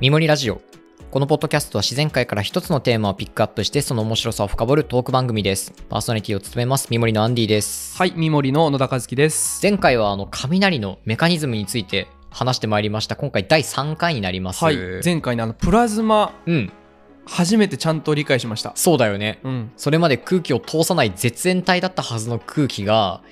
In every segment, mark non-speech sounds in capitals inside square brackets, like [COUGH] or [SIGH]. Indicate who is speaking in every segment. Speaker 1: みもりラジオ。このポッドキャストは自然界から一つのテーマをピックアップして、その面白さを深掘るトーク番組です。パーソナリティを務めます、みもりのアンディです。
Speaker 2: はい、三森の野田和樹です。
Speaker 1: 前回はあの雷のメカニズムについて話してまいりました。今回第3回になります。
Speaker 2: はい、前回のあのプラズマ
Speaker 1: うん、
Speaker 2: 初めてちゃんと理解しました。
Speaker 1: そうだよね。
Speaker 2: うん、
Speaker 1: それまで空気を通さない絶縁体だったはずの空気が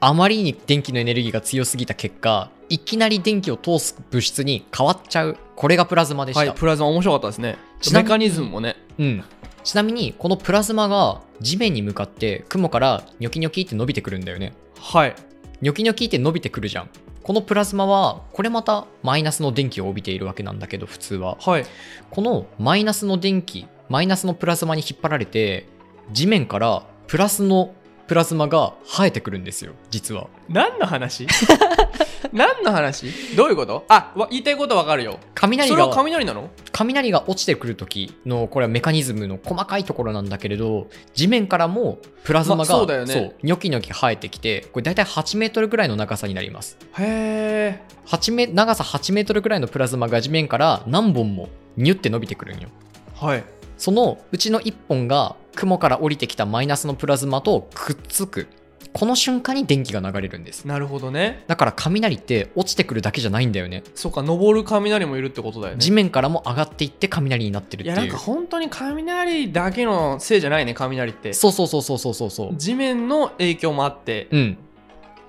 Speaker 1: あまりに電気のエネルギーが強すぎた結果いきなり電気を通す物質に変わっちゃうこれがプラズマでし
Speaker 2: は
Speaker 1: た、
Speaker 2: い、プラズマ面白かったですね。
Speaker 1: ちなみ
Speaker 2: メ
Speaker 1: に
Speaker 2: カニズムもね、
Speaker 1: うん、ちなみにこのプラズマが地面に向かって雲からニョキニョキって伸びてくるんだよね
Speaker 2: はい、
Speaker 1: ニョキニョキって伸びてくるじゃんこのプラズマはこれまたマイナスの電気を帯びているわけなんだけど普通は
Speaker 2: はい、
Speaker 1: このマイナスの電気マイナスのプラズマに引っ張られて地面からプラスのプラズマが生えてくるんですよ実は
Speaker 2: 何の [LAUGHS] 話？何の話？どういうこと？あ、わ言いたいことわかるよ。
Speaker 1: 雷
Speaker 2: それは
Speaker 1: が
Speaker 2: 雷なの？
Speaker 1: 雷が落ちてくる時のこれはメカニズムの細かいところなんだけれど地面からもプラズマが、
Speaker 2: まあそうだよね
Speaker 1: ニョキニョキ生えてきてこれ大体8メートルぐらいの長さになります
Speaker 2: へえ。
Speaker 1: 8メ長さ8メートルぐらいのプラズマが地面から何本もニュって伸びてくるんよ
Speaker 2: はい。
Speaker 1: そのうちの1本が雲から降りてきたマイナスのプラズマとくっつくこの瞬間に電気が流れるんです
Speaker 2: なるほどね。
Speaker 1: だから雷って落ちてくるだけじゃないんだよね
Speaker 2: そうか、登る雷もいるってことだよね。
Speaker 1: 地面からも上がっていって雷になってるっ
Speaker 2: い
Speaker 1: て
Speaker 2: やないん
Speaker 1: う
Speaker 2: か本当に雷だけのせいじゃないね、雷って。
Speaker 1: そうそうそうそうそうそうそう
Speaker 2: 地面の影響もあって、っ
Speaker 1: うん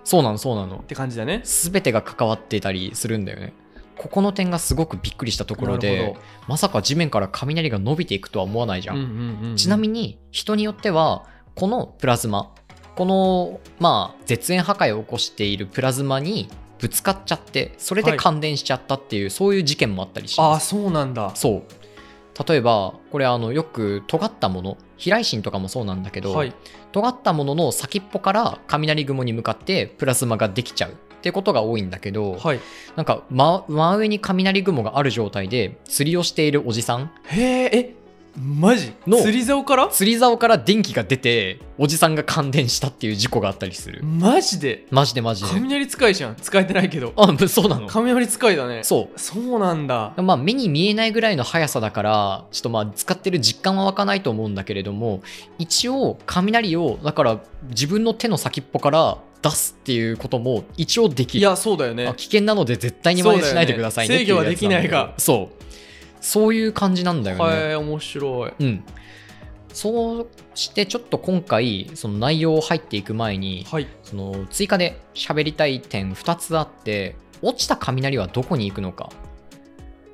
Speaker 1: そうなのそうなの
Speaker 2: て感じだね。
Speaker 1: 全てが関わってたりするんだよねここの点がすごくびっくりしたところ
Speaker 2: なる
Speaker 1: で
Speaker 2: ほ
Speaker 1: まさか地面から雷が伸びていくとは思わないじゃ
Speaker 2: どうんうんうんうん。
Speaker 1: ちなみに人によってはこのプラズマこのまあ絶縁破壊を起こしているプラズマにぶつかっちゃってそれで
Speaker 2: はい
Speaker 1: 感電しちゃったっていう、そういう事件もあったりし
Speaker 2: あ
Speaker 1: ま
Speaker 2: あ
Speaker 1: す
Speaker 2: そうなんだ
Speaker 1: そう例えばこれあのよく尖ったもの飛来心とかもそうなんだけど、
Speaker 2: はい
Speaker 1: 尖ったものの先っぽから雷雲に向かってプラズマができちゃうっていうことが多いんだけど、
Speaker 2: はい
Speaker 1: なんか真真上に雷雲がある状態で釣りをしているおじさん
Speaker 2: へええマジ
Speaker 1: の
Speaker 2: 釣り竿から
Speaker 1: 釣り竿から電気が出ておじさんが感電したっていう事故があったりする
Speaker 2: マジで
Speaker 1: マジでマジで
Speaker 2: 雷使いじゃん使えてないけど
Speaker 1: あぶそうなの
Speaker 2: 雷使いだね
Speaker 1: そ
Speaker 2: そうなんだ
Speaker 1: うまあ目に見えないぐらいの速さだからちょっとまあ使ってる実感は湧かないと思うんだけれども一応雷をだから自分の手の先っぽから出すっていうことも一応できる
Speaker 2: いやそうだよね
Speaker 1: あ危険なので絶対に真似しないでくださいね
Speaker 2: そうだよね
Speaker 1: ってうやつんだけど
Speaker 2: 制御はできないが
Speaker 1: そうそういう感じなんだよね、
Speaker 2: はい面白い
Speaker 1: うんそうしてちょっと今回その内容入っていく前に
Speaker 2: はい
Speaker 1: その追加で喋りたい点2つあって落ちた雷はどこに行くのか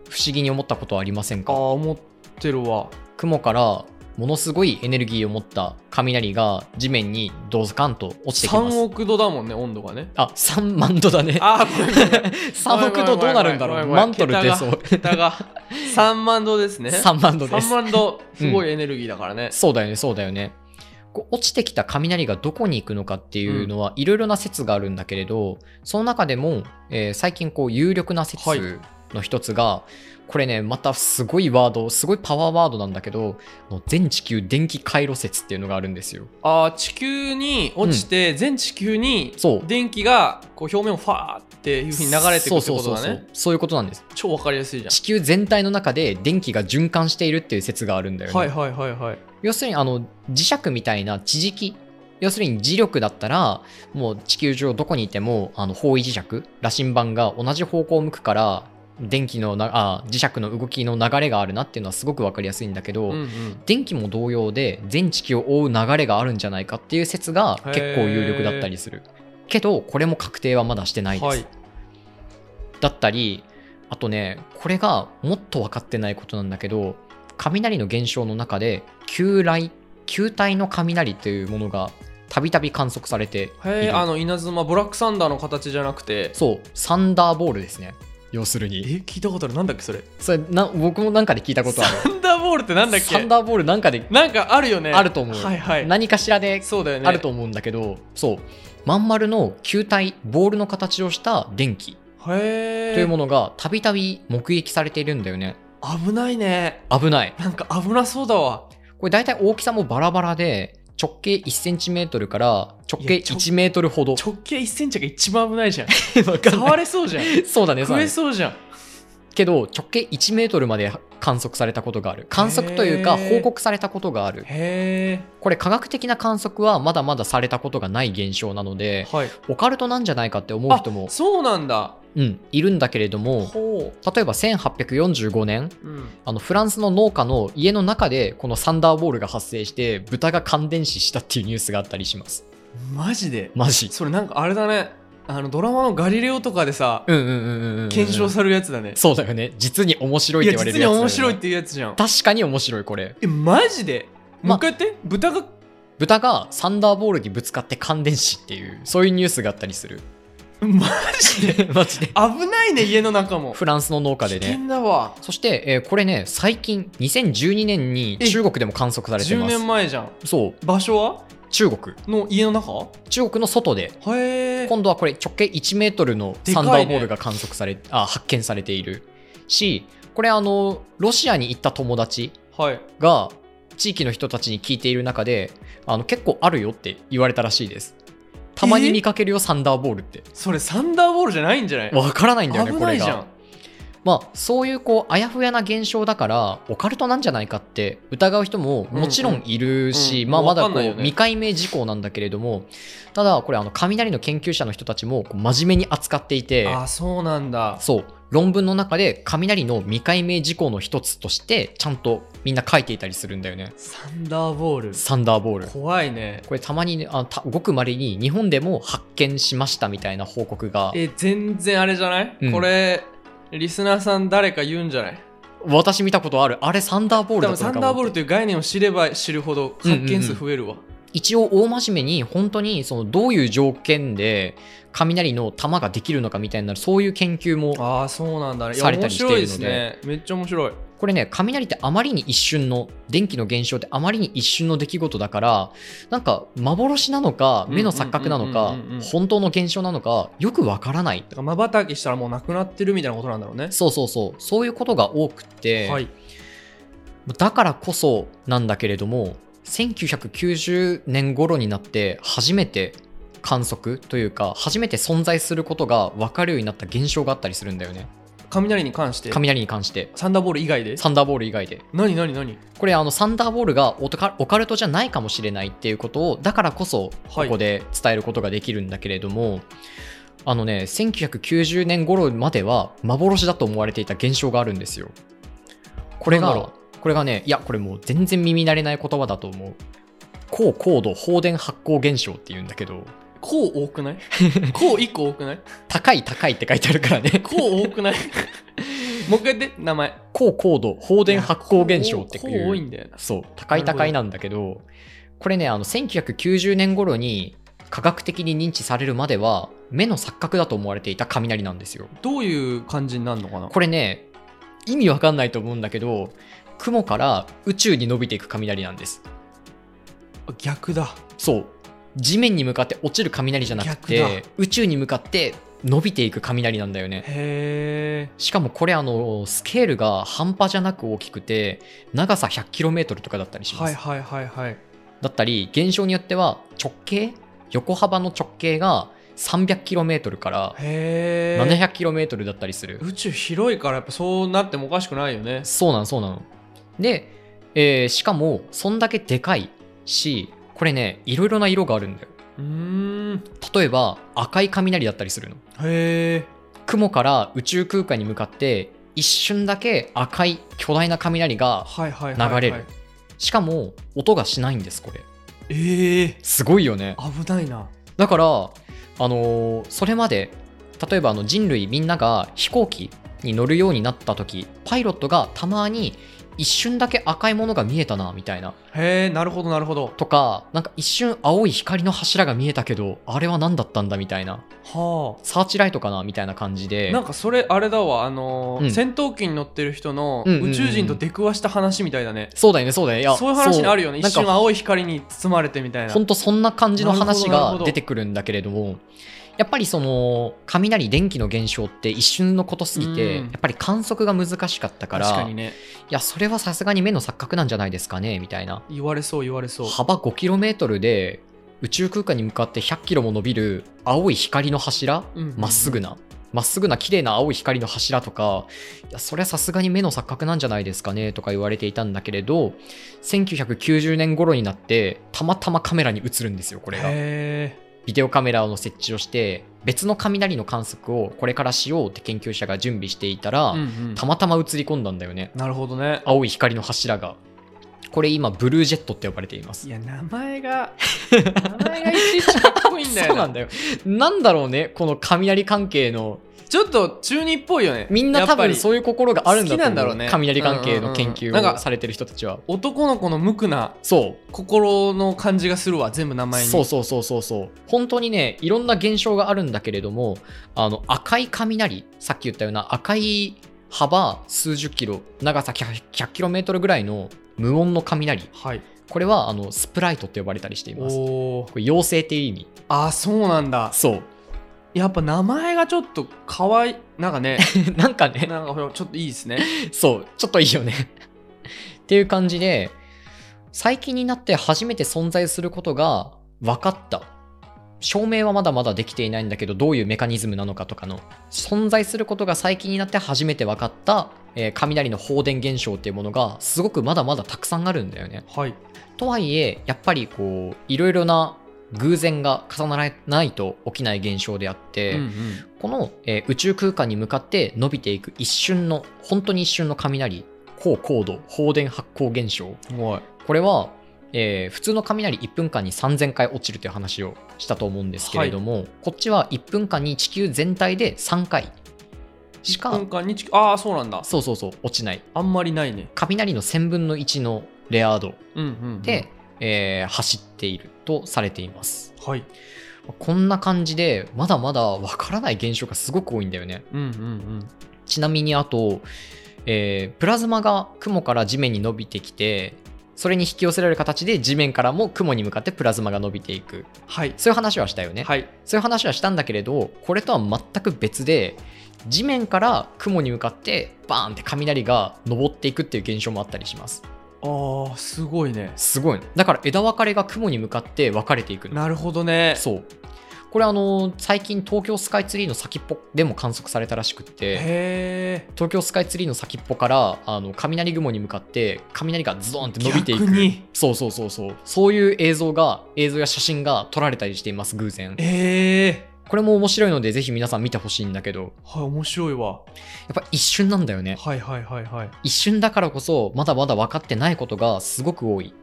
Speaker 1: 不思議に思ったことはありません
Speaker 2: ああ
Speaker 1: か
Speaker 2: 思ってるわ
Speaker 1: 雲からものすごいエネルギーを持った雷が地面にドズカンと落ちてきます
Speaker 2: 3億度だもんね温度がね
Speaker 1: あ3万度だね
Speaker 2: ああごめんごめんごめん
Speaker 1: 3億度どうなるんだろう
Speaker 2: ごめ
Speaker 1: マ
Speaker 2: ん
Speaker 1: ント
Speaker 2: ごめん
Speaker 1: ル出そう [LAUGHS]
Speaker 2: 桁が3万度ですね
Speaker 1: 3万度です
Speaker 2: 3万度すごいエネルギーだからね、
Speaker 1: そうだよね、そうだよね。こう落ちてきた雷がどこに行くのかっていうのはいろいろな説があるんだけれど、その中でも、えー最近こう有力な説
Speaker 2: はい
Speaker 1: の一つが、これねまたすごいワードすごいパワーワードなんだけどあの全地球電気回路説っていうのがあるんですよ。
Speaker 2: あー地球に落ちて、全地球に
Speaker 1: そう
Speaker 2: 電気がこう表面をファーっていうふうに流れてくるってこと
Speaker 1: そうそう
Speaker 2: だ
Speaker 1: そうそう
Speaker 2: ね
Speaker 1: そういうことなんです。
Speaker 2: 超わかりやすいじゃん
Speaker 1: 地球全体の中で電気が循環しているっていう説があるんだよね。
Speaker 2: はいはいはいはい
Speaker 1: 要するにあの磁石みたいな地磁気要するに磁力だったらもう地球上どこにいてもあの方位磁石羅針盤が同じ方向を向くから電気のなあ磁石の動きの流れがあるなっていうのはすごく分かりやすいんだけど、
Speaker 2: うんうん
Speaker 1: 電気も同様で全地球を覆う流れがあるんじゃないかっていう説が結構有力だったりするけどこれも確定はまだしてないです、
Speaker 2: はい
Speaker 1: だったりあとねこれがもっと分かってないことなんだけど雷の現象の中で球雷球体の雷というものがたびたび観測されてい
Speaker 2: へえ
Speaker 1: る
Speaker 2: あの稲妻ブラックサンダーの形じゃなくて
Speaker 1: そうサンダーボールですね要する
Speaker 2: え
Speaker 1: に
Speaker 2: 聞いたことあるなんだっけそれ
Speaker 1: それな僕もなんかで聞いたことある
Speaker 2: サンダーボールって [LAUGHS] なんだっ
Speaker 1: サ
Speaker 2: け
Speaker 1: ンダーボールなんかで
Speaker 2: なんかあるよね
Speaker 1: あると思う
Speaker 2: はいはい
Speaker 1: 何かしらで
Speaker 2: そうだよね
Speaker 1: あると思うんだけどそうまん丸の球体ボールの形をした電気
Speaker 2: へえ
Speaker 1: というものがたびたび目撃されているんだよね
Speaker 2: 危ないね
Speaker 1: 危ない
Speaker 2: なんか危なそうだわ
Speaker 1: これ大体大きさもバラバラで直径 1cm から直径
Speaker 2: いやちょ
Speaker 1: 1m ほど
Speaker 2: 直径1センチが一番危ないじゃん
Speaker 1: わかんない
Speaker 2: [LAUGHS] 触れそうじゃん
Speaker 1: [LAUGHS] そうだねそう
Speaker 2: 食
Speaker 1: だ
Speaker 2: え
Speaker 1: ね
Speaker 2: そうじゃん
Speaker 1: けど直径1メートルまで観測されたことがある観測というか
Speaker 2: へー
Speaker 1: 報告されたことがある
Speaker 2: へ
Speaker 1: これ科学的な観測はまだまだされたことがない現象なの
Speaker 2: え
Speaker 1: で
Speaker 2: はい
Speaker 1: オカルトなんじゃないかって思う人も、
Speaker 2: そうなんだ
Speaker 1: うん、いるんだけれども
Speaker 2: ほ
Speaker 1: 例えば1845年
Speaker 2: う、うん、
Speaker 1: あのフランスの農家の家の中でこのサンダーボールが発生して豚が感電死したっていうニュースがあったりします
Speaker 2: マジで
Speaker 1: マジ
Speaker 2: それなんかあれだねあのドラマの「ガリレオ」とかでさ
Speaker 1: うんうんうんうんうん
Speaker 2: 検証
Speaker 1: さ
Speaker 2: されるやつだね、
Speaker 1: [LAUGHS] そうだよね実に面白いっ
Speaker 2: い
Speaker 1: て
Speaker 2: や
Speaker 1: 言われる
Speaker 2: 実
Speaker 1: やつ
Speaker 2: に
Speaker 1: だよね、
Speaker 2: 面白いっていうやつじゃん
Speaker 1: 確かに面白いこれ
Speaker 2: えマジでも
Speaker 1: ま
Speaker 2: う一回やって、豚が
Speaker 1: 豚がサンダーボールにぶつかって感電死っていうそういうニュースがあったりする
Speaker 2: マジで
Speaker 1: [LAUGHS] マジで
Speaker 2: 危ないね家の中も
Speaker 1: フランスの農家で
Speaker 2: 危
Speaker 1: ね
Speaker 2: 険だわ
Speaker 1: そして、えーこれね最近2012年に
Speaker 2: え
Speaker 1: 中国でも観測されて
Speaker 2: 10
Speaker 1: ます
Speaker 2: 年前じゃん
Speaker 1: そう
Speaker 2: 場所は
Speaker 1: 中国
Speaker 2: の家の中
Speaker 1: 中国の外で
Speaker 2: へえ
Speaker 1: 今度はこれ直径1メートルの
Speaker 2: でか
Speaker 1: サン
Speaker 2: いね
Speaker 1: ダーボールが観測され、あ発見されているしこれあのロシアに行った友達
Speaker 2: はい
Speaker 1: が地域の人たちに聞いている中であの結構あるよって言われたらしいですたまに見かけるよサンダーボールって
Speaker 2: それサンダーボールじゃないんじゃない
Speaker 1: わからないんだよね
Speaker 2: 危
Speaker 1: こ
Speaker 2: な
Speaker 1: れ
Speaker 2: いじゃ
Speaker 1: が
Speaker 2: ん
Speaker 1: まあそういうこうあやふやな現象だからオカルトなんじゃないかって疑う人ももちろんいるし、
Speaker 2: うんうん
Speaker 1: まあ、
Speaker 2: うん
Speaker 1: まだ
Speaker 2: わ
Speaker 1: こ
Speaker 2: か
Speaker 1: うん
Speaker 2: ないよね
Speaker 1: 未解明事項なんだけれどもただこれあの雷の研究者の人たちもこう真面目に扱っていて
Speaker 2: あそうなんだ
Speaker 1: そう論文の中で雷の未解明事項の一つとしてちゃんとみんな書いていたりするんだよね
Speaker 2: サンダーボール
Speaker 1: サンダーボール
Speaker 2: 怖いね
Speaker 1: これたまにねあたごくまれに日本でも発見しましたみたいな報告が
Speaker 2: え全然あれじゃない、
Speaker 1: うん
Speaker 2: これリスナーさん誰か言うんじゃない
Speaker 1: 私見たことあるあれサンダーボール
Speaker 2: 多
Speaker 1: だ
Speaker 2: 分
Speaker 1: った
Speaker 2: サ
Speaker 1: のか
Speaker 2: ン
Speaker 1: も
Speaker 2: ダーボールという概念を知れば知るほど発見数増えるわ、
Speaker 1: 一応大真面目に本当にそのどういう条件で雷の玉ができるのかみたいなそういう研究も
Speaker 2: ああそうなんだねいや
Speaker 1: された
Speaker 2: 面
Speaker 1: りして
Speaker 2: 白い
Speaker 1: い
Speaker 2: で
Speaker 1: る
Speaker 2: す
Speaker 1: ので
Speaker 2: ねめっちゃ面白い
Speaker 1: これね雷ってあまりに一瞬の電気の現象ってあまりに一瞬の出来事だからなんか幻なのか目の錯覚なの
Speaker 2: う
Speaker 1: か
Speaker 2: んうんうんうんうん
Speaker 1: 本当の現象なのかよくわからない
Speaker 2: まばたきしたらもうなくなってるみたいなことなんだろうね、
Speaker 1: そうそうそうそういうことが多くって、
Speaker 2: はい
Speaker 1: だからこそなんだけれども1990年頃になって初めて観測というか初めて存在することが分かるようになった現象があったりするんだよね
Speaker 2: 雷に関して
Speaker 1: 雷に関して
Speaker 2: サンダーボール以外で
Speaker 1: サンダーボール以外で
Speaker 2: 何何何
Speaker 1: これあのサンダーボールがオカオカルトじゃないかもしれないっていうことをだからこそ
Speaker 2: は
Speaker 1: こ
Speaker 2: い
Speaker 1: こで伝えることができるんだけれども、あのね1990年頃までは幻だと思われていた現象があるんですよこれ
Speaker 2: なんだ
Speaker 1: が
Speaker 2: ろ
Speaker 1: これがねいやこれもう全然耳慣れない言葉だと思う高高度放電発光現象っていうんだけど
Speaker 2: こう多く [LAUGHS] ないこう1個多くない
Speaker 1: 高い高いって書いてあるからね
Speaker 2: こう多く [LAUGHS] ないもう一回言って名前
Speaker 1: 高高度放電発光現象ってい
Speaker 2: こ
Speaker 1: う
Speaker 2: う多いんだよな
Speaker 1: そう高い高いなんだけどこれねあの1990年頃に科学的に認知されるまでは目の錯覚だと思われていた雷なんですよ
Speaker 2: どういう感じになるのかな
Speaker 1: これね意味わかんないと思うんだけど雲から宇宙に伸びていく雷なんです
Speaker 2: 逆だ
Speaker 1: そう地面に向かって落ちる雷じゃなく
Speaker 2: 逆
Speaker 1: て宇宙に向かって伸びていく雷なんだよね
Speaker 2: へえ
Speaker 1: しかもこれあのスケールが半端じゃなく大きくて長さ 100km とかだったりします、
Speaker 2: はいはいはいはい
Speaker 1: だったり現象によっては直径横幅の直径が 300km から
Speaker 2: へえ
Speaker 1: 700km だったりする、
Speaker 2: 宇宙広いからやっぱそうなってもおかしくないよね
Speaker 1: そうなのそうなので、えーしかもそんだけでかいしこれねいろいろな色があるんだよ
Speaker 2: うーん
Speaker 1: 例えば赤い雷だったりするの
Speaker 2: へえ
Speaker 1: 雲から宇宙空間に向かって一瞬だけ赤い巨大な雷が
Speaker 2: はいはいはい、は
Speaker 1: 流
Speaker 2: い、
Speaker 1: れる、しかも音がしないんですこれ
Speaker 2: ええ
Speaker 1: すごいよね
Speaker 2: 危ないな
Speaker 1: だから、あのーそれまで例えばあの人類みんなが飛行機に乗るようになった時パイロットがたまに一瞬だけ赤いものが見えたなみたいな
Speaker 2: へえなるほどなるほど
Speaker 1: とかなんか一瞬青い光の柱が見えたけどあれは何だったんだみたいな
Speaker 2: は
Speaker 1: サーチライトかなみたいな感じ
Speaker 2: あ
Speaker 1: で
Speaker 2: なんかそれあれだわあのー
Speaker 1: うん
Speaker 2: 戦闘機に乗ってる人の
Speaker 1: うんうんうんうん
Speaker 2: 宇宙人と出くわした話みたいだね、
Speaker 1: そうだよねそうだよねいや
Speaker 2: そういう話にあるよね
Speaker 1: そ
Speaker 2: 一
Speaker 1: うなん
Speaker 2: 瞬
Speaker 1: か
Speaker 2: 青い光に包まれてみたいな
Speaker 1: ほんとそんな感じの話
Speaker 2: なるほどなる
Speaker 1: が
Speaker 2: ほど
Speaker 1: 出てくるんだけれどもやっぱりその雷電気の現象って一瞬のことすぎて
Speaker 2: う
Speaker 1: や
Speaker 2: ん
Speaker 1: っぱり観測が難しかったから
Speaker 2: 確かにね
Speaker 1: いや、それはさすがに目の錯覚なんじゃないですかね、みたいな。
Speaker 2: 言われそう言われそう
Speaker 1: 幅 5km で宇宙空間に向かって 100km も伸びる青い光の柱、
Speaker 2: うん
Speaker 1: まっすぐな。まっすぐな綺麗な青い光の柱とか、いやそれはさすがに目の錯覚なんじゃないですかねとか言われていたんだけれど、1990年頃になって、たまたまカメラに映るんですよ、これが。
Speaker 2: へ
Speaker 1: ビデオカメラの設置をして、別の雷の観測をこれからしようって研究者が準備していたら、
Speaker 2: ーうんうん
Speaker 1: たまたま映り込んだんだよね。
Speaker 2: なるほどね
Speaker 1: 青い光の柱が。これ今、ブルージェットって呼ばれています
Speaker 2: い。や名
Speaker 1: [LAUGHS]
Speaker 2: 前が名前がいちいちかっこいいんだよ
Speaker 1: そうなんだよ。なんだろうね、この雷関係の。
Speaker 2: ちょっと中二っぽいよね
Speaker 1: みんな多分そういう心があるんだと思う。
Speaker 2: 好きなんだろうね
Speaker 1: 雷関係の研
Speaker 2: うんうんうんなん
Speaker 1: 究を
Speaker 2: か
Speaker 1: されてる人たちは。
Speaker 2: 男の子の無垢な
Speaker 1: そ
Speaker 2: 心の感じがするわ全部名
Speaker 1: う。
Speaker 2: 前に
Speaker 1: そうそうそうそうそう。本当にね、いろんな現象があるんだけれども、あの、赤い雷、さっき言ったような赤い幅数十キロ、長さ100 100キロメートルぐらいの無音の雷。
Speaker 2: はい
Speaker 1: これは、あの、スプライトって呼ばれたりしています。こ
Speaker 2: おー
Speaker 1: れ妖精っていう意味。
Speaker 2: あーそうなんだ
Speaker 1: そう。 [LAUGHS]
Speaker 2: やっぱ名前がちょっとかわいなん
Speaker 1: [LAUGHS]
Speaker 2: かね
Speaker 1: なんかね、
Speaker 2: なんかほらちょっといいですね
Speaker 1: そう、ちょっといいよね。っていう感じで、最近になって初めて存在することが分かった。証明はまだまだできていないんだけど、どういうメカニズムなのかとかの、存在することが最近になって初めて分かった、えー雷の放電現象っていうものが、すごくまだまだたくさんあるんだよね。
Speaker 2: はい
Speaker 1: とはいえ、やっぱりこう、いろいろな偶然が重ならないと起きない現象であって、
Speaker 2: うんうん
Speaker 1: この、えー宇宙空間に向かって伸びていく一瞬の本当に一瞬の雷高高度放電発光現象
Speaker 2: すごい
Speaker 1: これは、えー普通の雷1分間に3000回落ちるという話をしたと思うんですけれども、こっちは1分間に地球全体で3回しか
Speaker 2: 1分間に地球ああそうなんだ
Speaker 1: そうそうそう落ちない
Speaker 2: あんまりないね
Speaker 1: 雷の1000分の1のレア度
Speaker 2: うんうん
Speaker 1: で、えー走っているとされています
Speaker 2: うんはい
Speaker 1: こんな感じでまだまだわからない現象がすごく多いんだよね
Speaker 2: うんうんうん
Speaker 1: ちなみにあと、えープラズマが雲から地面に伸びてきてそれに引き寄せられる形で地面からも雲に向かってプラズマが伸びていく
Speaker 2: はい
Speaker 1: そういう話はしたよね、
Speaker 2: はい
Speaker 1: そういう話はしたんだけれどこれとは全く別で地面から雲に向かってバーンって雷が昇っていくっていう現象もあったりします
Speaker 2: あーすごいね
Speaker 1: すごいねだから枝分かれが雲に向かって分かれていくの
Speaker 2: なるほどね
Speaker 1: そうこれあの最近東京スカイツリーの先っぽでも観測されたらしくって
Speaker 2: へえ
Speaker 1: 東京スカイツリーの先っぽからあの雷雲に向かって雷がズドンって伸びていく
Speaker 2: 逆に
Speaker 1: そうそうそうそうそういう映像が映像や写真が撮られたりしています偶然
Speaker 2: ええ
Speaker 1: これも面白いのでぜひ皆さん見てほしいんだけど
Speaker 2: はい面白いわ
Speaker 1: やっぱ一瞬なんだよね
Speaker 2: はいはいはいはい
Speaker 1: 一瞬だからこそまだまだ分かってないことがすごく多い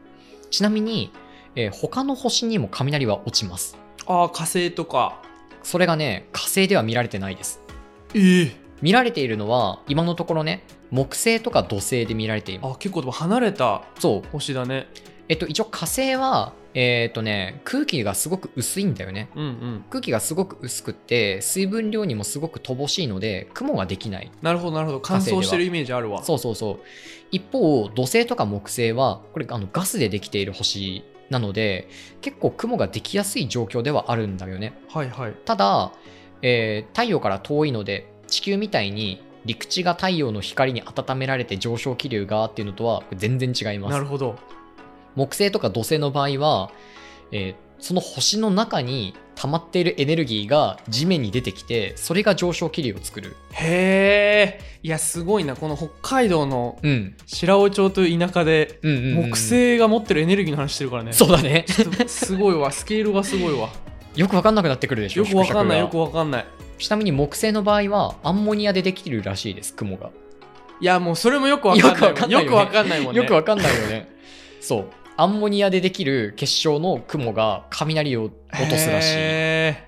Speaker 1: ちなみに、えー他の星にも雷は落ちます
Speaker 2: ああ火星とか
Speaker 1: それがね火星では見られてないです
Speaker 2: ええ
Speaker 1: 見られているのは今のところね木星とか土星で見られています
Speaker 2: あ結構でも離れた
Speaker 1: そう
Speaker 2: 星だね
Speaker 1: えっと、一応火星は、えーっとね、空気がすごく薄いんだよね。
Speaker 2: うんうん
Speaker 1: 空気がすごく薄くて、水分量にもすごく乏しいので、雲ができない。
Speaker 2: なるほどなるほど乾燥してるイメージあるわ
Speaker 1: そうそうそう。一方、土星とか木星は、これあのガスでできている星なので、結構雲ができやすい状況ではあるんだよね。
Speaker 2: はいはい
Speaker 1: ただ、えー太陽から遠いので、地球みたいに陸地が太陽の光に温められて上昇気流がっていうのとはこれ全然違います
Speaker 2: な。るほど
Speaker 1: 木星とか土星の場合は、えーその星の中に溜まっているエネルギーが地面に出てきてそれが上昇気流を作る
Speaker 2: へえいやすごいなこの北海道の
Speaker 1: うん
Speaker 2: 白尾町という田舎で
Speaker 1: うんうんうん、
Speaker 2: 木星が持ってるエネルギーの話してるからね
Speaker 1: そうだね [LAUGHS]
Speaker 2: ちょっとすごいわスケールがすごいわ
Speaker 1: よくわかんなくなってくるでしょ
Speaker 2: よくわかんないよ
Speaker 1: 縮
Speaker 2: く
Speaker 1: 尺が
Speaker 2: わかんない
Speaker 1: ちなみに木星の場合はアンモニアでできてるらしいです雲が、
Speaker 2: いやもうそれもよくわかんないもん
Speaker 1: よ
Speaker 2: よ
Speaker 1: く
Speaker 2: く
Speaker 1: わ
Speaker 2: わかんないもんね
Speaker 1: よくわかんないよね [LAUGHS] そうアンモニアでできる結晶の雲が雷を落とすらしい
Speaker 2: へ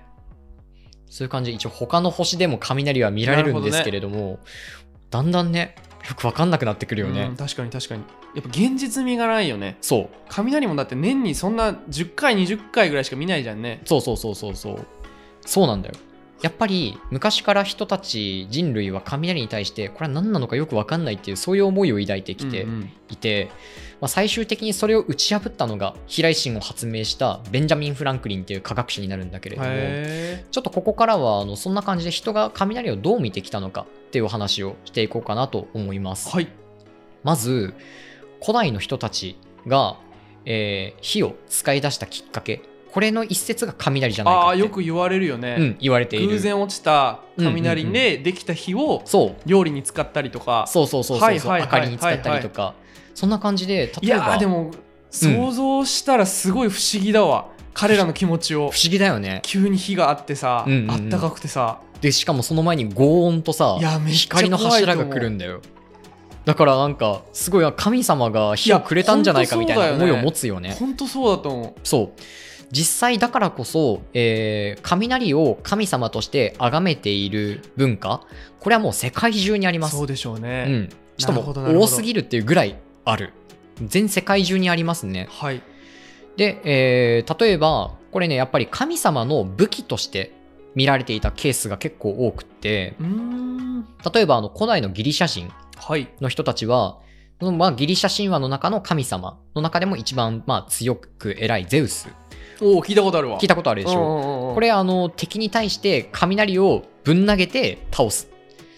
Speaker 2: ー
Speaker 1: そういう感じで一応他の星でも雷は見られるんですけれどもだんだんねよくわかんなくなってくるよね、
Speaker 2: うん確かに確かにやっぱ現実味がないよね
Speaker 1: そう
Speaker 2: 雷もだって年にそんな10回20回ぐらいしか見ないじゃんね
Speaker 1: そうそうそうそうそうそうなんだよやっぱり昔から人たち人類は雷に対してこれは何なのかよく分かんないっていうそういう思いを抱いてきて
Speaker 2: うんうん
Speaker 1: いて、まあ、最終的にそれを打ち破ったのが飛来心を発明したベンジャミン・フランクリンっていう科学者になるんだけれども
Speaker 2: へ
Speaker 1: ちょっとここからはあのそんな感じで人が雷をどう見てきたのかっていうお話をしていこうかなと思います
Speaker 2: ー。はい
Speaker 1: まず古代の人たちが、えー火を使い出したきっかけこれの一節が雷じゃない
Speaker 2: あ
Speaker 1: か
Speaker 2: あ
Speaker 1: って
Speaker 2: よく言われるよね、
Speaker 1: うん、言われている
Speaker 2: 偶然落ちた雷
Speaker 1: うんう
Speaker 2: でできた火を
Speaker 1: そう
Speaker 2: 料理に使ったりとか、
Speaker 1: そうそうそうそうそう、
Speaker 2: はいはいはい
Speaker 1: 明かりに使ったりとか、そんな感じで
Speaker 2: い
Speaker 1: 例え
Speaker 2: や
Speaker 1: ば
Speaker 2: ーでも想像したらすごい不思議だわ、彼らの気持ちを
Speaker 1: 不思議だよね
Speaker 2: 急に火があってさ、
Speaker 1: うんうんうん
Speaker 2: あったかくてさ
Speaker 1: でしかもその前に轟音とさ
Speaker 2: いやめっちゃ怖
Speaker 1: 光
Speaker 2: いと
Speaker 1: の
Speaker 2: 思う
Speaker 1: 柱が来るんだよだからなんかすごい神様が火をくれたんじゃないかみたいな思いを持つよね
Speaker 2: ほんとそうだと思う
Speaker 1: そう実際だからこそ、えー雷を神様として崇めている文化これはもう世界中にあります
Speaker 2: そうでしょう
Speaker 1: う
Speaker 2: ね、
Speaker 1: んしかも
Speaker 2: なるほどなるほど
Speaker 1: 多すぎるっていうぐらいある全世界中にありますね
Speaker 2: はい
Speaker 1: で、えー例えばこれねやっぱり神様の武器として見られていたケースが結構多くって
Speaker 2: うーん
Speaker 1: 例えばあの古代のギリシャ人
Speaker 2: はい
Speaker 1: の人たちはそのまあギリシャ神話の中の神様の中でも一番まあ強く偉いゼウス
Speaker 2: おお聞いたことあるわ
Speaker 1: 聞いたことあるでしょ
Speaker 2: ょ
Speaker 1: これあの敵に対して雷をぶん投げて倒す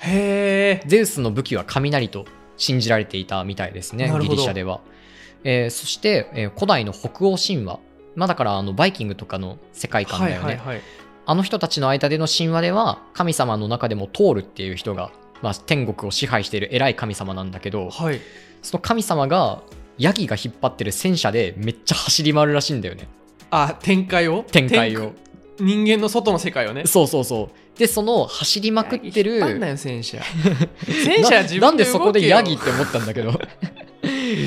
Speaker 2: へえ
Speaker 1: ゼウスの武器は雷と信じられていたみたいですね
Speaker 2: なる
Speaker 1: ギ
Speaker 2: ほど
Speaker 1: リシャでは、えーそして、えー古代の北欧神話まあだからあのバイキングとかの世界観だ
Speaker 2: は
Speaker 1: よ
Speaker 2: い
Speaker 1: ね、
Speaker 2: はいはい
Speaker 1: あの人たちの間での神話では神様の中でもトールっていう人が、まあ、天国を支配している偉い神様なんだけど
Speaker 2: はい
Speaker 1: その神様がヤギが引っ張ってる戦車でめっちゃ走り回るらしいんだよね
Speaker 2: あ展開を
Speaker 1: 展開を
Speaker 2: 天人間の外の世界をね
Speaker 1: そうそうそうでその走りまくってる
Speaker 2: なんだよ戦車戦車は自分で動けよ
Speaker 1: ななんでそこでヤギって思ったんだけど [LAUGHS]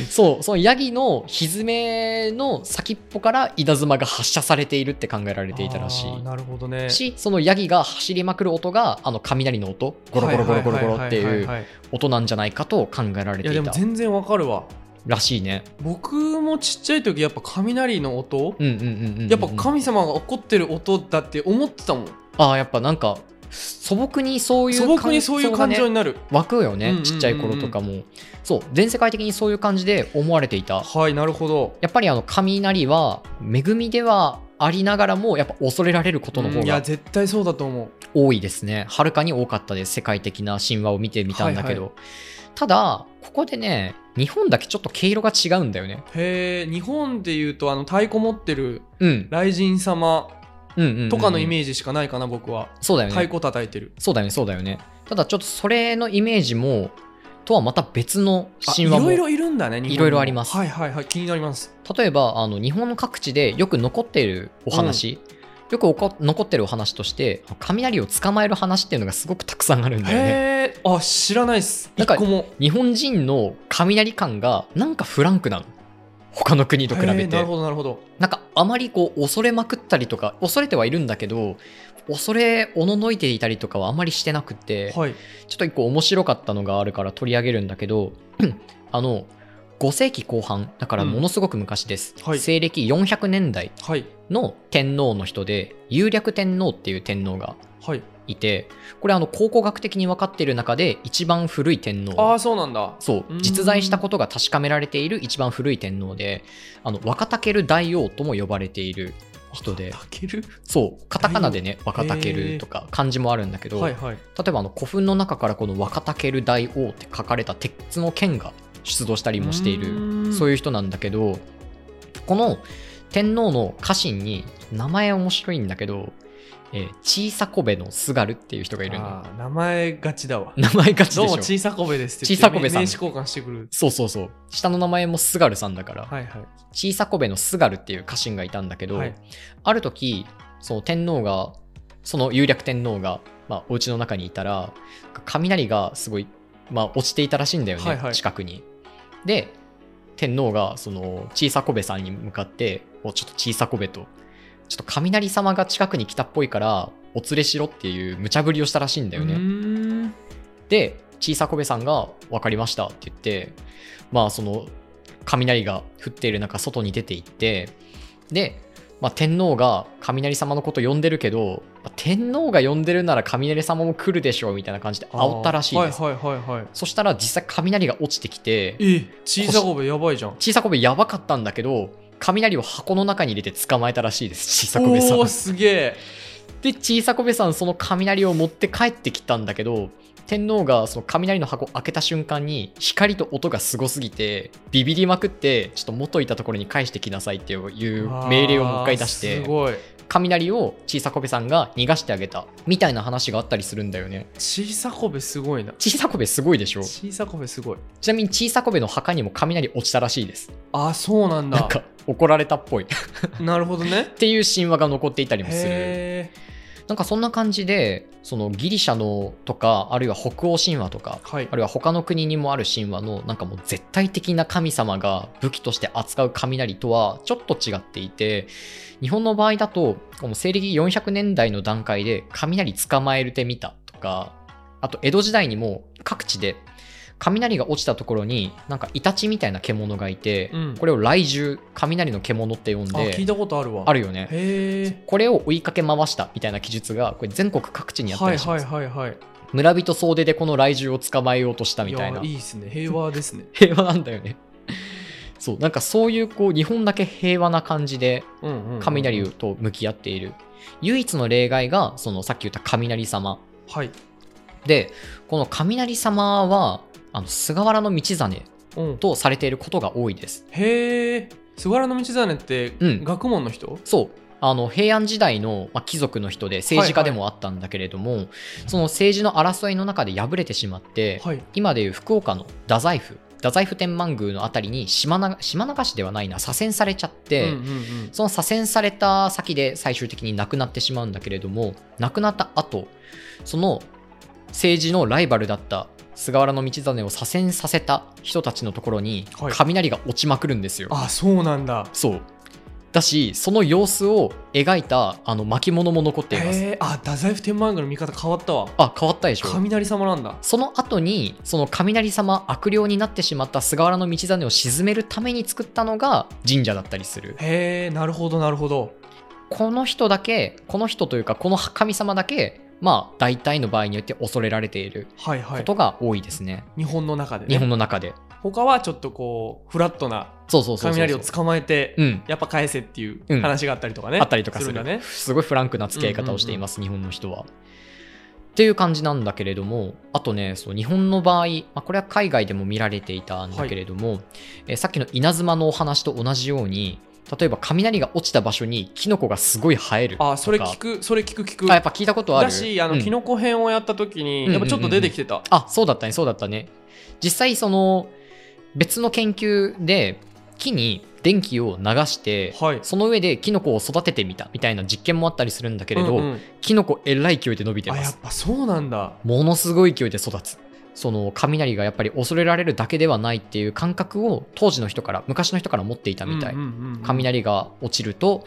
Speaker 1: そうそのヤギのひずめの先っぽから稲妻が発射されているって考えられていたらし
Speaker 2: あー
Speaker 1: い
Speaker 2: なるほどね
Speaker 1: しそのヤギが走りまくる音があの雷の音ゴロゴロゴロゴロゴロって
Speaker 2: ははは
Speaker 1: いう
Speaker 2: ははは
Speaker 1: 音なんじゃないかと考えられ
Speaker 2: い
Speaker 1: て
Speaker 2: やで
Speaker 1: い
Speaker 2: も
Speaker 1: た
Speaker 2: 全然わかるわ
Speaker 1: らしいね。
Speaker 2: 僕もちっちゃい時やっぱ雷の音、
Speaker 1: うんうんうんうんうん、
Speaker 2: やっぱ神様が怒ってる音だって思ってたもん、
Speaker 1: ああやっぱなんか素朴にそういう
Speaker 2: 素朴にそういう感情
Speaker 1: に
Speaker 2: になる
Speaker 1: 湧くよね、
Speaker 2: うんうんうんうん
Speaker 1: ちっちゃい頃とかもそう全世界的にそういう感じで思われていた
Speaker 2: はいなるほど
Speaker 1: やっぱりあの雷は恵みではありながらもやっぱ恐れられることの
Speaker 2: う
Speaker 1: 方
Speaker 2: んいや
Speaker 1: が
Speaker 2: 絶対そうだと思う
Speaker 1: 多いですねはるかに多かったです世界的な神話を見てみたんだけど、
Speaker 2: は
Speaker 1: ただここでね日本だけちょっと毛色が違うんだよね
Speaker 2: へえ日本でいうとあの太鼓持ってる
Speaker 1: うん
Speaker 2: 雷神様
Speaker 1: うんうんうんうん
Speaker 2: とかのイ
Speaker 1: ージ
Speaker 2: メージしかないかな僕は
Speaker 1: そうだよね
Speaker 2: 太鼓叩いてる
Speaker 1: そうだよねそうだよねただちょっとそれのイメージもとはまた別の
Speaker 2: あ
Speaker 1: 神話
Speaker 2: い
Speaker 1: も
Speaker 2: ろいろいるんだね日本にも
Speaker 1: いろいろあります
Speaker 2: はいはいはい気になります
Speaker 1: 例えばあの日本の各地でよく残っているお話、よくおこ残ってるお話として雷を捕まえる話っていうのがすごくたくさんあるんだよね
Speaker 2: へえあ知らないっす
Speaker 1: な
Speaker 2: 一
Speaker 1: んか
Speaker 2: 個も
Speaker 1: 日本人の雷感がなんかフランクなの他の国と比
Speaker 2: へ
Speaker 1: べ
Speaker 2: ーな
Speaker 1: て
Speaker 2: るほどなるほど
Speaker 1: なんかあまりこう恐れまくったりとか恐れてはいるんだけど恐れおののいていたりとかはあまりしてなくて、
Speaker 2: はい
Speaker 1: ちょっと一個面白かったのがあるから取り上げるんだけど [CLEARS THROAT] あの5世紀後半だからものすごく昔です、
Speaker 2: うんはい
Speaker 1: 西暦400年代
Speaker 2: はい
Speaker 1: の天皇の人で有略天皇っていう天皇が
Speaker 2: はい
Speaker 1: いてこれあの考古学的に分かっている中で一番古い天
Speaker 2: あ
Speaker 1: 皇
Speaker 2: あそうなんだ
Speaker 1: そう
Speaker 2: うん
Speaker 1: 実在したことが確かめられている一番古い天皇であの若竹る大王とも呼ばれている人で
Speaker 2: 炊ける
Speaker 1: そうカタカナでね
Speaker 2: 大王
Speaker 1: 若竹るとか漢字もあるんだけど、
Speaker 2: はいはい
Speaker 1: 例えばあの古墳の中からこの「若竹る大王」って書かれた鉄の剣が出土したりもしているそう
Speaker 2: い
Speaker 1: いう人なんだけどこの天皇の家臣に名前面白いんだけど、えー、小さこべのすがるっていう人がいるの
Speaker 2: 名前がちだわ
Speaker 1: 名前がち
Speaker 2: どう
Speaker 1: で
Speaker 2: も
Speaker 1: しょ
Speaker 2: 小さこべですって
Speaker 1: 小さこべさん
Speaker 2: 名刺交換してくる
Speaker 1: そうそうそう下の名前もすがるさんだから、
Speaker 2: はいはい
Speaker 1: 小さこべのすがるっていう家臣がいたんだけど、
Speaker 2: はい
Speaker 1: ある時その天皇がその有略天皇が、まあ、お家の中にいたら雷がすごい、まあ、落ちていたらしいんだよね、
Speaker 2: はいはい
Speaker 1: 近くに。で天皇がその小さこべさんに向かって「おちょっと小さこべ」と「ちょっと雷様が近くに来たっぽいからお連れしろ」っていう無茶ぶりをしたらしいんだよね。
Speaker 2: うーん
Speaker 1: で小さこべさんが「分かりました」って言ってまあその雷が降っている中外に出て行ってで、まあ、天皇が雷様のこと呼んでるけどまあ天皇が呼んでるなら雷様も来るでしょうみたいな感じで煽ったらしいです、
Speaker 2: はいはいはいはい
Speaker 1: そしたら実際雷が落ちてきて
Speaker 2: え小さこべやばいじゃん
Speaker 1: 小さこべやばかったんだけど雷を箱の中に入れて捕まえたらしいです小さこべさん
Speaker 2: おおすげえ
Speaker 1: で小さこべさんその雷を持って帰ってきたんだけど天皇がその雷の箱を開けた瞬間に光と音がすごすぎてビビりまくってちょっと元いたところに返してきなさいっていう命令をもう一回出し
Speaker 2: あー
Speaker 1: て
Speaker 2: すごい
Speaker 1: 雷を小さこべさんが逃がしてあげたみたいな話があったりするんだよね
Speaker 2: 小さこべすごいな
Speaker 1: 小さこべすごいでしょ
Speaker 2: 小さこべすごい
Speaker 1: ちなみに小さこべの墓にも雷落ちたらしいです
Speaker 2: あそうなんだ
Speaker 1: なんか怒られたっぽい [LAUGHS] っ
Speaker 2: なるほどね
Speaker 1: ていう神話が残っていたりもする
Speaker 2: へえ
Speaker 1: なんかそんな感じでそのギリシャのとかあるいは北欧神話とか
Speaker 2: はい
Speaker 1: あるいは他の国にもある神話のなんかもう絶対的な神様が武器として扱う雷とはちょっと違っていて日本の場合だとこの西暦400年代の段階で雷捕まえるてみたとかあと江戸時代にも各地で雷が落ちたところになんかイタチみたいな獣がいて、
Speaker 2: うん
Speaker 1: これを雷獣雷の獣って呼ん
Speaker 2: あ聞い
Speaker 1: で
Speaker 2: たことあるわ
Speaker 1: あ
Speaker 2: る
Speaker 1: るよね
Speaker 2: へえ
Speaker 1: これを追いかけ回したみたいな記述がこれ全国各地にあった
Speaker 2: はい
Speaker 1: りしま
Speaker 2: はい
Speaker 1: す、
Speaker 2: はいはい
Speaker 1: 村人総出でこの雷獣を捕まえようとしたみたいな
Speaker 2: やいいですね平和で
Speaker 1: [LAUGHS]
Speaker 2: すね
Speaker 1: 平和なんだよね。そうなんかそういうこう日本だけ平和な感じで
Speaker 2: うんうんうんうん
Speaker 1: 雷と向き合っている唯一の例外がそのさっき言った雷様
Speaker 2: はい
Speaker 1: でこの雷様はあの菅原道真
Speaker 2: うん
Speaker 1: とされていることが多いです
Speaker 2: へえ菅原道真って
Speaker 1: うん
Speaker 2: 学問の人
Speaker 1: そうあの平安時代の、まあ、貴族の人で政治家でもあったんだけれども、その政治の争いの中で敗れてしまって、
Speaker 2: はい
Speaker 1: 今でいう福岡の太宰府太宰府天満宮のあたりに島流島流しではないな左遷されちゃって、
Speaker 2: うんうんうん
Speaker 1: その左遷された先で最終的に亡くなってしまうんだけれども亡くなった後その政治のライバルだった菅原道真を左遷させた人たちのところに
Speaker 2: はい
Speaker 1: 雷が落ちまくるんですよ。
Speaker 2: あそうなんだ
Speaker 1: そうだしその様子を描いたあの巻物も残っています。
Speaker 2: へえあ太宰府天満宮の見方変わったわ
Speaker 1: あ変わったでしょ
Speaker 2: 雷様なんだ
Speaker 1: その後にその雷様悪霊になってしまった菅原道真を鎮めるために作ったのが神社だったりする
Speaker 2: へえなるほどなるほど
Speaker 1: この人だけこの人というかこの神様だけまあ大体の場合によって恐れられている
Speaker 2: はいは
Speaker 1: こ
Speaker 2: い
Speaker 1: とが多いですね、
Speaker 2: 日本の中でね
Speaker 1: 日本の中で
Speaker 2: 他はちょっとこうフラットな
Speaker 1: そうそうそうそう
Speaker 2: 雷を捕まえて
Speaker 1: うん
Speaker 2: やっぱ返せっていう
Speaker 1: うん
Speaker 2: 話があったりとかね、
Speaker 1: あったりとかする
Speaker 2: んだね
Speaker 1: すごいフランクな付き合い方をしています、日本の人は。っていう感じなんだけれどもあとねそう日本の場合、まあ、これは海外でも見られていたんだけれども、えーさっきの稲妻のお話と同じように例えば雷が落ちた場所にキノコがすごい生えるとか
Speaker 2: あそれ聞くそれ聞く聞く
Speaker 1: あやっぱ聞いたことある
Speaker 2: だしあ
Speaker 1: う
Speaker 2: の
Speaker 1: ん
Speaker 2: キノコ編をやった時
Speaker 1: うんう
Speaker 2: に、
Speaker 1: んうん
Speaker 2: やっぱちょっと出てきてた、
Speaker 1: あそうだったねそうだったね実際その別の研究で木に電気を流して、
Speaker 2: はい
Speaker 1: その上でキノコを育ててみたみたいな実験もあったりするんだけれど、
Speaker 2: うんうん
Speaker 1: キノコえらい勢いで伸びて
Speaker 2: あ
Speaker 1: ま
Speaker 2: や
Speaker 1: す
Speaker 2: っぱそうなんだ
Speaker 1: ものすごい勢いで育つその雷がやっぱり恐れられるだけではないっていう感覚を当時の人から昔の人から持っていたみたい、
Speaker 2: うんうんうんうん
Speaker 1: 雷が落ちると、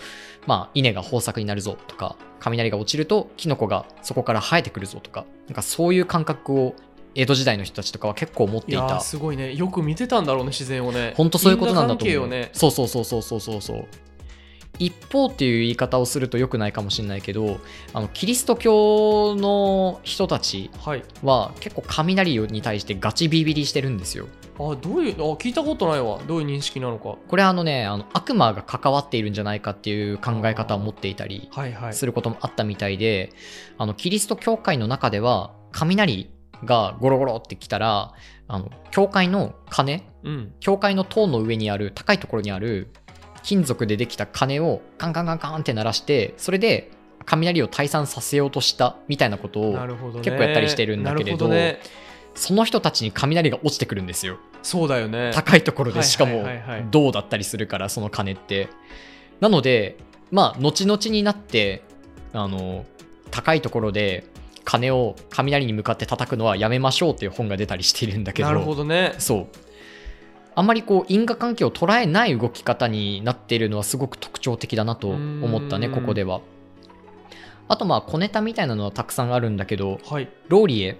Speaker 1: まあ、稲が豊作になるぞとか雷が落ちるとキノコがそこから生えてくるぞとかなんかそういう感覚を江戸時代の人たちとかは結構持ってい
Speaker 2: いやー
Speaker 1: た
Speaker 2: すごいねよく見てたんだろうね自然をね
Speaker 1: 本当そういうことなんだと思
Speaker 2: 因
Speaker 1: う、
Speaker 2: 果関係をね
Speaker 1: そうそうそうそうそうそうそう一方っていう言い方をすると良くないかもしれないけどあのキリスト教の人たち
Speaker 2: はい
Speaker 1: は結構雷に対してガチビビりしてるんですよ。
Speaker 2: あどういうあ聞いたことないわどういう認識なのか
Speaker 1: これはあのねあの悪魔が関わっているんじゃないかっていう考え方を持っていたり
Speaker 2: はいはい
Speaker 1: することもあったみたいであのキリスト教会の中では雷がゴロゴロってきたらあの教会の鐘
Speaker 2: うん
Speaker 1: 教会の塔の上にある高いところにある金属でできた鐘をカンカンカンカンって鳴らしてそれで雷を退散させようとしたみたいなことを
Speaker 2: なるほどね
Speaker 1: 結構やったりしてるんだけれど
Speaker 2: なるほね
Speaker 1: その人たちに雷が落ちてくるんですよ。
Speaker 2: そうだよね
Speaker 1: 高いところで
Speaker 2: はい
Speaker 1: しか
Speaker 2: は
Speaker 1: も
Speaker 2: いはいはい
Speaker 1: 銅だったりするからその鐘ってなのでまあ後々になってあの高いところで鐘を雷に向かって叩くのはやめましょうっていう本が出たりしているんだけど
Speaker 2: なるほどね
Speaker 1: そうあんまりこう因果関係を捉えない動き方になっているのはすごく特徴的だなと思ったね
Speaker 2: うーん
Speaker 1: ここではあとまあ小ネタみたいなのはたくさんあるんだけど
Speaker 2: はい
Speaker 1: ローリエ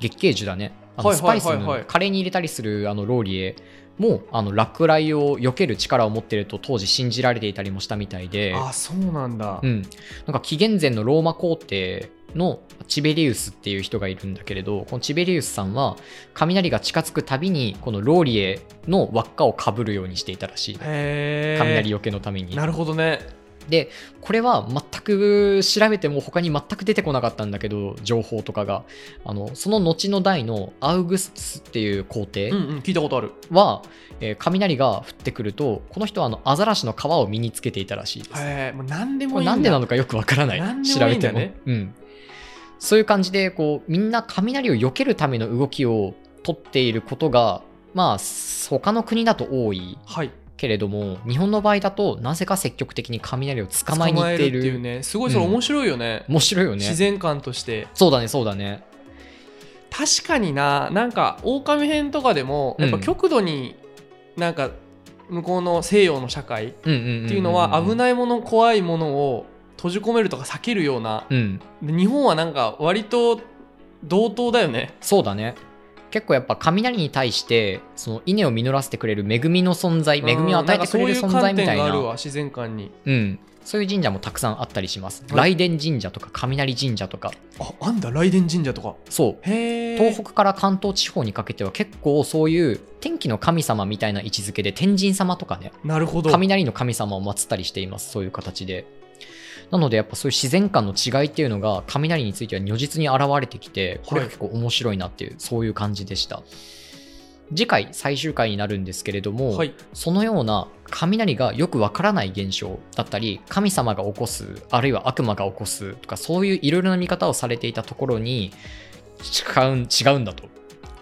Speaker 1: 月桂樹だねあの
Speaker 2: はい
Speaker 1: スパ
Speaker 2: はい
Speaker 1: イス
Speaker 2: はいはい
Speaker 1: のカレーに入れたりするあのローリエもあの落雷を避ける力を持っていると当時信じられていたりもしたみたいで、
Speaker 2: あそうなんだ
Speaker 1: うん、なんか紀元前のローマ皇帝のチベリウスっていう人がいるんだけれどこのチベリウスさんは雷が近づくたびにこのローリエの輪っかをかぶるようにしていたらしい
Speaker 2: へえ
Speaker 1: 雷よけのために
Speaker 2: なるほどね
Speaker 1: でこれは全く調べても他に全く出てこなかったんだけど情報とかがあのその後の代のアウグストゥスっていう皇帝
Speaker 2: うんうん聞いたことある
Speaker 1: は、えー雷が降ってくるとこの人はあのアザラシの皮を身につけていたらしいです。
Speaker 2: へえもう何で
Speaker 1: こ
Speaker 2: も
Speaker 1: れ
Speaker 2: いいだ
Speaker 1: なんでなのかよくわからない
Speaker 2: なんで
Speaker 1: 調
Speaker 2: もい
Speaker 1: べ
Speaker 2: いん
Speaker 1: て
Speaker 2: だ
Speaker 1: も
Speaker 2: ね
Speaker 1: うん、そういう感じでこうみんな雷を避けるための動きを取っていることがまあ他の国だと多い
Speaker 2: はい
Speaker 1: けれども日本の場合だとなぜか積極的に雷を捕まえに行っている
Speaker 2: っていうねすごいそれ面白いよね,、
Speaker 1: 面白いよね
Speaker 2: 自然観として
Speaker 1: そうだねそうだね
Speaker 2: 確かにななんか狼編とかでも
Speaker 1: うん
Speaker 2: やっぱ極度になんか向こうの西洋の社会っ
Speaker 1: うんうんんん
Speaker 2: ていうのは危
Speaker 1: い
Speaker 2: ないもの怖いものを閉じ込めるとか避けるような
Speaker 1: うん
Speaker 2: 日本はなんか割と同等だよね
Speaker 1: そうだね結構やっぱ雷に対してその稲を実らせてくれる恵みの存在恵みを与えてくれる存在みたい
Speaker 2: うんんかそういう観点があ
Speaker 1: な
Speaker 2: るわ自然観に
Speaker 1: うん、そういう神社もたくさんあったりします。
Speaker 2: はい
Speaker 1: 雷電神社とか雷神社とか、
Speaker 2: ああんだ雷電神社とか
Speaker 1: そう、
Speaker 2: へえ
Speaker 1: 東北から関東地方にかけては結構そういう天気の神様みたいな位置づけで天神様とかね、
Speaker 2: なるほど
Speaker 1: 雷の神様を祀ったりしています、そういう形で。なのでやっぱそういう自然観の違いっていうのが雷については如実に現れてきてこれが結構面白いなっていう、そういう感じでした次回最終回になるんですけれども、
Speaker 2: はい
Speaker 1: そのような雷がよくわからない現象だったり神様が起こすあるいは悪魔が起こすとかそういういろいろな見方をされていたところに違うん違うんだと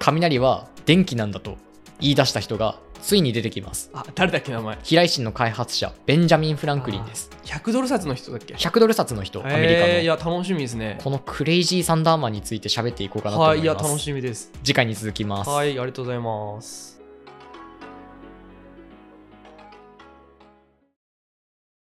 Speaker 1: 雷は電気なんだと言い出した人がついに出てきます
Speaker 2: あ誰だっけ名前
Speaker 1: 飛来神の開発者ベンジャミン・フランクリンです
Speaker 2: 100ドル札の人だっけ
Speaker 1: 100ドル札の人アメリカ
Speaker 2: へーい
Speaker 1: の
Speaker 2: や楽しみですね
Speaker 1: このクレイジーサンダーマンについて喋っていこうかなと思
Speaker 2: はい
Speaker 1: い
Speaker 2: いや
Speaker 1: ます、
Speaker 2: 楽しみです
Speaker 1: 次回に続きます
Speaker 2: はいありがとうございます